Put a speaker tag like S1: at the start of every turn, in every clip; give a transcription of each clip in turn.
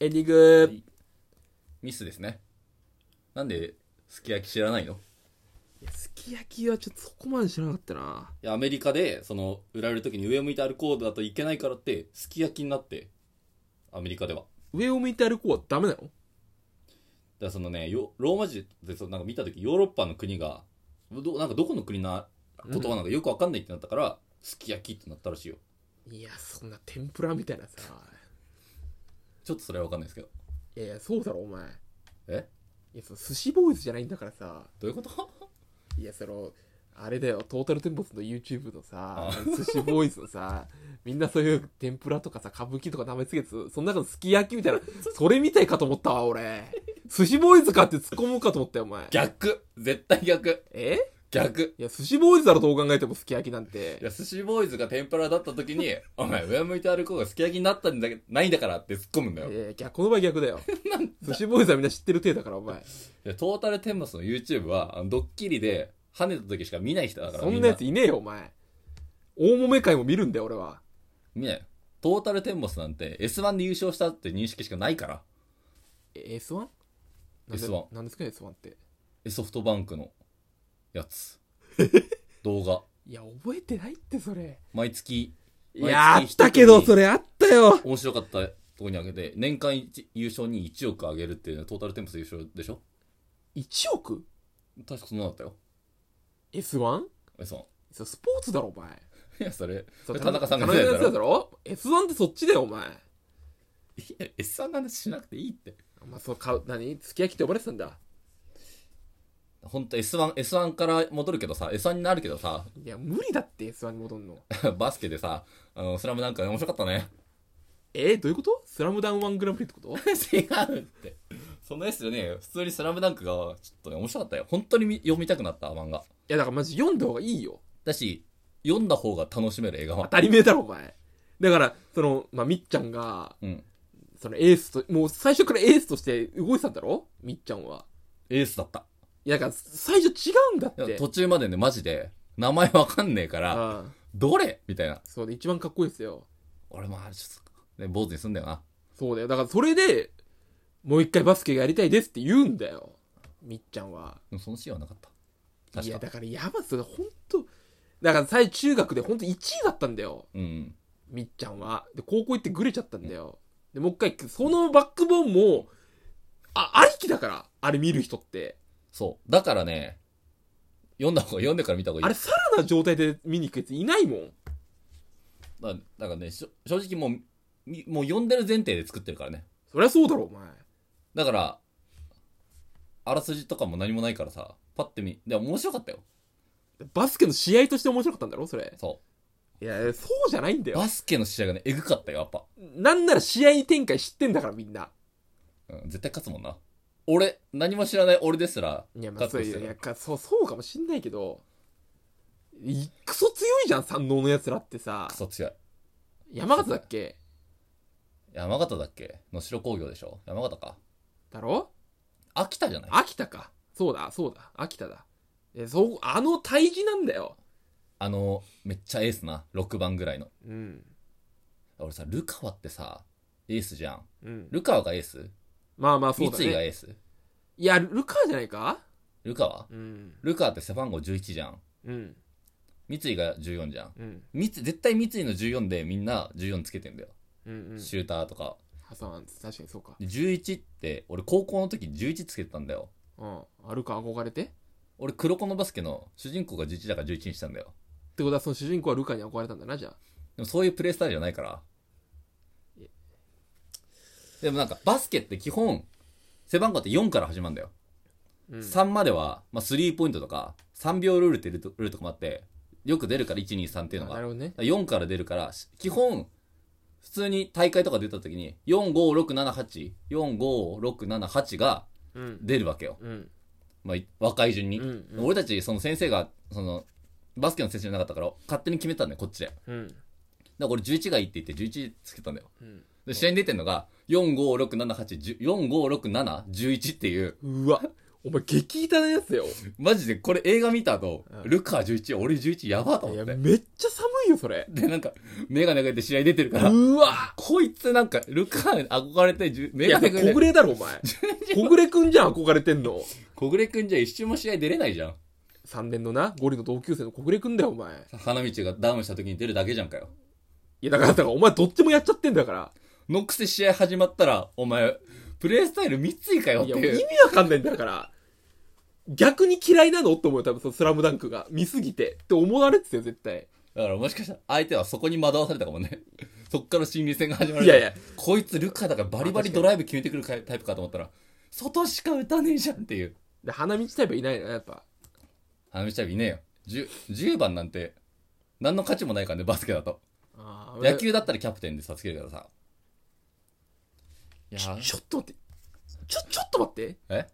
S1: エンディング、
S2: はいミスですねなんですき焼き知らないの
S1: いやすき焼きはちょっとそこまで知らなかったない
S2: やアメリカでその売られる時に上向いて歩こうだといけないからってすき焼きになってアメリカではだか
S1: 上を向いて歩こうはダメなの
S2: らそのねよローマ字でそのなんか見た時ヨーロッパの国がどなんかどこの国の言葉なんかよくわかんないってなったから、すき焼きってなったらしいよ
S1: いやそんな天ぷらみたいなさ
S2: ちょっとそれはわかんないですけど
S1: いやいやそうだろお前
S2: え
S1: いやその寿司ボーイズじゃないんだからさ
S2: どういうこと
S1: いやそのあれだよトータルテンボスの YouTube のさ
S2: あ
S1: 寿司ボーイズのさみんなそういう天ぷらとかさ歌舞伎とか名前つけてその中のすき焼きみたいなそれみたいかと思ったわ俺寿司ボーイズかって突っ込むかと思ったよお前
S2: 逆絶対逆
S1: え
S2: 逆
S1: いや寿司ボーイズだろどう考えてもすき焼きなんて
S2: いや寿司ボーイズが天ぷらだった時に「お前上向いて歩こうがすき焼きになったんだけないんだから」って突っ込むんだよ
S1: えー、逆この場合逆だ よ寿司ボーイズはみんな知ってる体だからお前
S2: でトータルテンボスの YouTube はあのドッキリで跳ねた時しか見ない人だから
S1: そんなやついねえよお前大揉め会も見るんだよ俺は
S2: みんな見ないトータルテンボスなんて S1 で優勝したって認識しかないから
S1: え S1? なんで
S2: S1
S1: なんですか S1 って
S2: えソフトバンクのや つ動画
S1: いや覚えてないってそれ
S2: 毎月
S1: いやあ
S2: 毎
S1: っ
S2: 月
S1: たけど
S2: 一組
S1: それあったよ
S2: 面白かったとこにあげて年間一優勝に1億あげるっていうのはトータルテンボス優勝でしょ
S1: 1億
S2: 確かそんなだったよ
S1: S1?
S2: えそ
S1: そうスポーツだろお前
S2: ういやそれそ
S1: そう
S2: れ田中さんが
S1: 田
S2: 言って
S1: 中さ
S2: たやつ
S1: ん
S2: だ
S1: が
S2: ろ
S1: やつだろ S1 ってそっちだよお前
S2: いや S1 なんてしなくていいって
S1: まあそうか何すき焼きって呼ばれてたんだ
S2: 本当 S1, S1 から戻るけどさ S1 になるけどさ
S1: いや無理だって S1 に戻んの
S2: バスケでさ、あの、スラムダンク面白かったね。
S1: えー、どういうことスラムダンワングランプリってこと
S2: 違うって。その S じゃねえよ。普通にスラムダンクが、ちょっとね、面白かったよ。本当にみ読みたくなった漫画。
S1: いやだからマジ読んだ方がいいよ
S2: だし、読んだ方が楽しめる映画
S1: 当
S2: は。
S1: たり前だろお前だからその、まあ、みっちゃんが
S2: うん。
S1: そのエースともう最初からエースとして動いてたんだろみっちゃんは
S2: エースだった。
S1: いやだから最初違うんだっ
S2: いや
S1: て
S2: 途中までね、マジで、名前わかんねえから、
S1: ああ
S2: どれみたいな。
S1: そうで一番かっこいいですよ
S2: 俺もあれ、ちょっと、ね、坊主にすんだよな。
S1: そうだよだからそれでもう一回バスケがやりたいですって言うんだよみっちゃんは
S2: でもそのシーンはなかった。
S1: い
S2: 確
S1: や
S2: か。
S1: だからやばそれ本当だから最中学で本当1位だったんだよ
S2: うん。
S1: みっちゃんはで高校行ってグレちゃったんだよでもう一回そのバックボーンもあありきだからあれ見る人って
S2: そう。だからね、読んだ方が、読んでから見た方がいい
S1: あ。れさらな状態で見に行くやついないもん
S2: だだからね、しょ正直もう、みもう読んでる前提で作ってるからね。
S1: そりゃそうだろお前
S2: だから、あらすじとかも何もないからさ、パッて見、でも面白かったよ。
S1: バスケの試合として面白かったんだろそれ
S2: そ
S1: いやそうじゃないんだ
S2: う。
S1: よ
S2: バスケの試合がね、えぐかったよ、やっぱ。
S1: なんなら試合展開知ってんだからみんな
S2: うん、絶対勝つもんな。俺、何も知らない俺ですら、
S1: いやまあそう
S2: 勝つ
S1: い
S2: と
S1: うい
S2: した
S1: や
S2: ら
S1: かそうそうかもしんないけどいクソ強いじゃん山王のやつらってさ
S2: クソ強い。
S1: 山形だっけ
S2: 山形だっけ能代工業でしょ山形か。
S1: だろ
S2: 秋田じゃない
S1: 秋田かそうだそうだ秋田だえそうあの対峙なんだよ
S2: あの、めっちゃエースな、6番ぐらいの。
S1: うん
S2: 俺さ、ルカワってさ、エースじゃん。
S1: うん
S2: ルカワがエース
S1: まあまあそ
S2: 三
S1: うだ
S2: 井が
S1: ね
S2: エース
S1: いやルカじゃないか
S2: ルカワ
S1: うん
S2: ルカワって背番号11じゃん。
S1: うん
S2: 三井が14じゃん。
S1: うん
S2: 三井絶対三井の14でみんな14つけてんだよ、
S1: うんうん
S2: シューターとか
S1: あそうなんです確かにそうか
S2: で11って俺高校の時11つけてたんだよ
S1: うんあるか憧れてって
S2: 俺黒子のバスケの主人公が11だから11にしたんだよ
S1: ことはその主人公はルカに憧れたんだなじゃあ
S2: でもそういうプレースタイルじゃないからでもなんかバスケって基本背番号って4から始まるんだよ、
S1: うん
S2: 3までは、まあ、3ポイントとか3秒ルールってルールルールとかもあってよく出るから123っていうの
S1: あ
S2: が
S1: なるほどね
S2: 4から出るからし基本普通に大会とか出た時に4567845678が
S1: うん
S2: 出るわけよ、
S1: うん
S2: まあ、若い順に、
S1: うんうん
S2: 俺たちその先生がそのバスケの選手じゃなかったから勝手に決めたんだよこっちでだか
S1: うん
S2: ら俺11がいいって言って11つけたんだよ
S1: うん
S2: で試合に出てんのが4567845671っていう
S1: うわお前激痛なやつだよ
S2: マジでこれ映画見た後、
S1: うん
S2: ルカ11、俺11やばと
S1: い
S2: 思
S1: や
S2: って。
S1: めっちゃ寒いよそれ
S2: で、なんか、メガネかけて試合出てるから、
S1: うわ
S2: こいつなんか、ルカ憧れて、じゅ
S1: い
S2: メガ
S1: や
S2: ネかけ
S1: 小
S2: て、
S1: 暮だろお 前小暮くんじゃん憧れてんの
S2: 小暮くんじゃ一瞬も試合出れないじゃん。
S1: 3年のなゴリの同級生の小暮くんだよお前
S2: 花道がダウンした時に出るだけじゃんかよ。
S1: いやだからだからお前どっちもやっちゃってんだから
S2: ノックスで試合始まったら、お前、プレイスタイル三井かよっ
S1: い
S2: て
S1: や、意
S2: いう
S1: 味。わかんないんだから。逆に嫌いなのって思うよ、多分そのスラムダンクが。見すぎて。って思われてたよ、絶対。
S2: だからもしかしたら、相手はそこに惑わされたかもね。 そっから心理戦が始まる。
S1: いやいや。
S2: こいつルカだからバリバリドライブ決めてくるタイプかと思ったら、外しか打たねえじゃんっていう。
S1: で、花道タイプはいないのやっぱ。
S2: 花道タイプいねえよ。10, 10番なんて、何の価値もないからね、バスケだと。
S1: あ
S2: 野球だったらキャプテンでさつけるからさ。いや
S1: ちょ、
S2: ー
S1: ちょっと待って。ちょ、ちょっと待って。
S2: え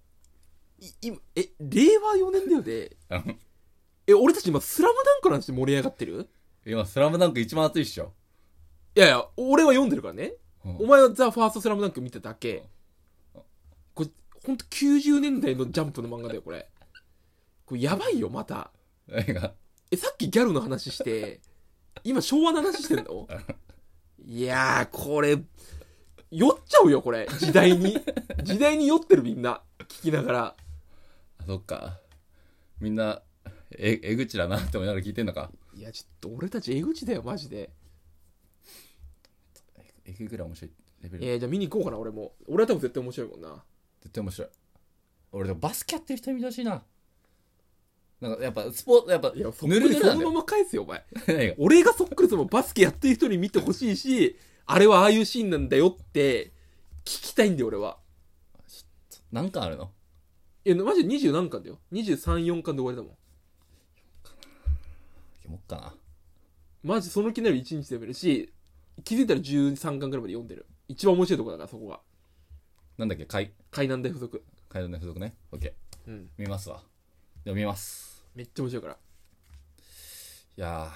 S1: い今、え、令和4年だよね。
S2: あの
S1: え、俺たち今、スラムダンクの話で盛り上がってる
S2: 今、スラムダンク一番熱いっしょ。
S1: いやいや、俺は読んでるからね。
S2: うん
S1: お前はザ・ファーストスラムダンク見ただけ。これ、ほんと90年代のジャンプの漫画だよ、これ。これやばいよ、また。
S2: 何が
S1: え、さっきギャルの話して、今昭和の話してんのいやー、これ、酔っちゃうよ、これ。時代に。時代に酔ってるみんな。聞きながら。
S2: あ、そっか。みんな、え、えぐちだなって思いながら聞いてんのか。
S1: いや、ちょっと俺たち江口だよ、マジで。
S2: えぐいぐらい面白いレベル。
S1: えー、じゃあ見に行こうかな、俺も。俺は多分絶対面白いもんな。
S2: 絶対面白い俺でもバスケやってる人見てほしいななんかやっぱスポーツやっぱ
S1: いや、そっ
S2: ぬ
S1: くり
S2: るぬる
S1: そ
S2: なん
S1: の
S2: だ
S1: ま
S2: よ
S1: ま返すよ、お前。
S2: 何 が
S1: 俺がそっくりそのバスケやってる人に見てほしいし、あれはああいうシーンなんだよって、聞きたいんだよ、俺は。
S2: 何巻あるの
S1: いや、マジで20何巻だよ。23、4巻で終わりだもん。
S2: もっかな
S1: マジその気になる1日で読めるし気づいたら13巻ぐらいまで読んでる一番面白いとこだからそこが
S2: なんだっけ海
S1: 海南大附属
S2: 海道の付属ね OK
S1: うん
S2: 見ますわでも見ます
S1: めっちゃ面白いから
S2: いや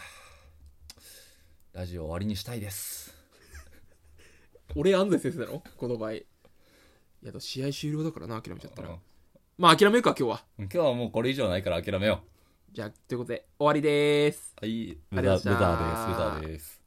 S2: ーラジオ終わりにしたいです
S1: 俺安西先生だろこの場合いやでも試合終了だからな諦めちゃった
S2: う
S1: ら
S2: ん
S1: まあ諦めるか今日は
S2: 今日はもうこれ以上ないから諦めよ
S1: じゃあということで終わりでーす
S2: うはい
S1: あ
S2: ブ
S1: りが
S2: ザ
S1: とう
S2: ー
S1: ござい
S2: ブ
S1: ました
S2: ザーですブザーです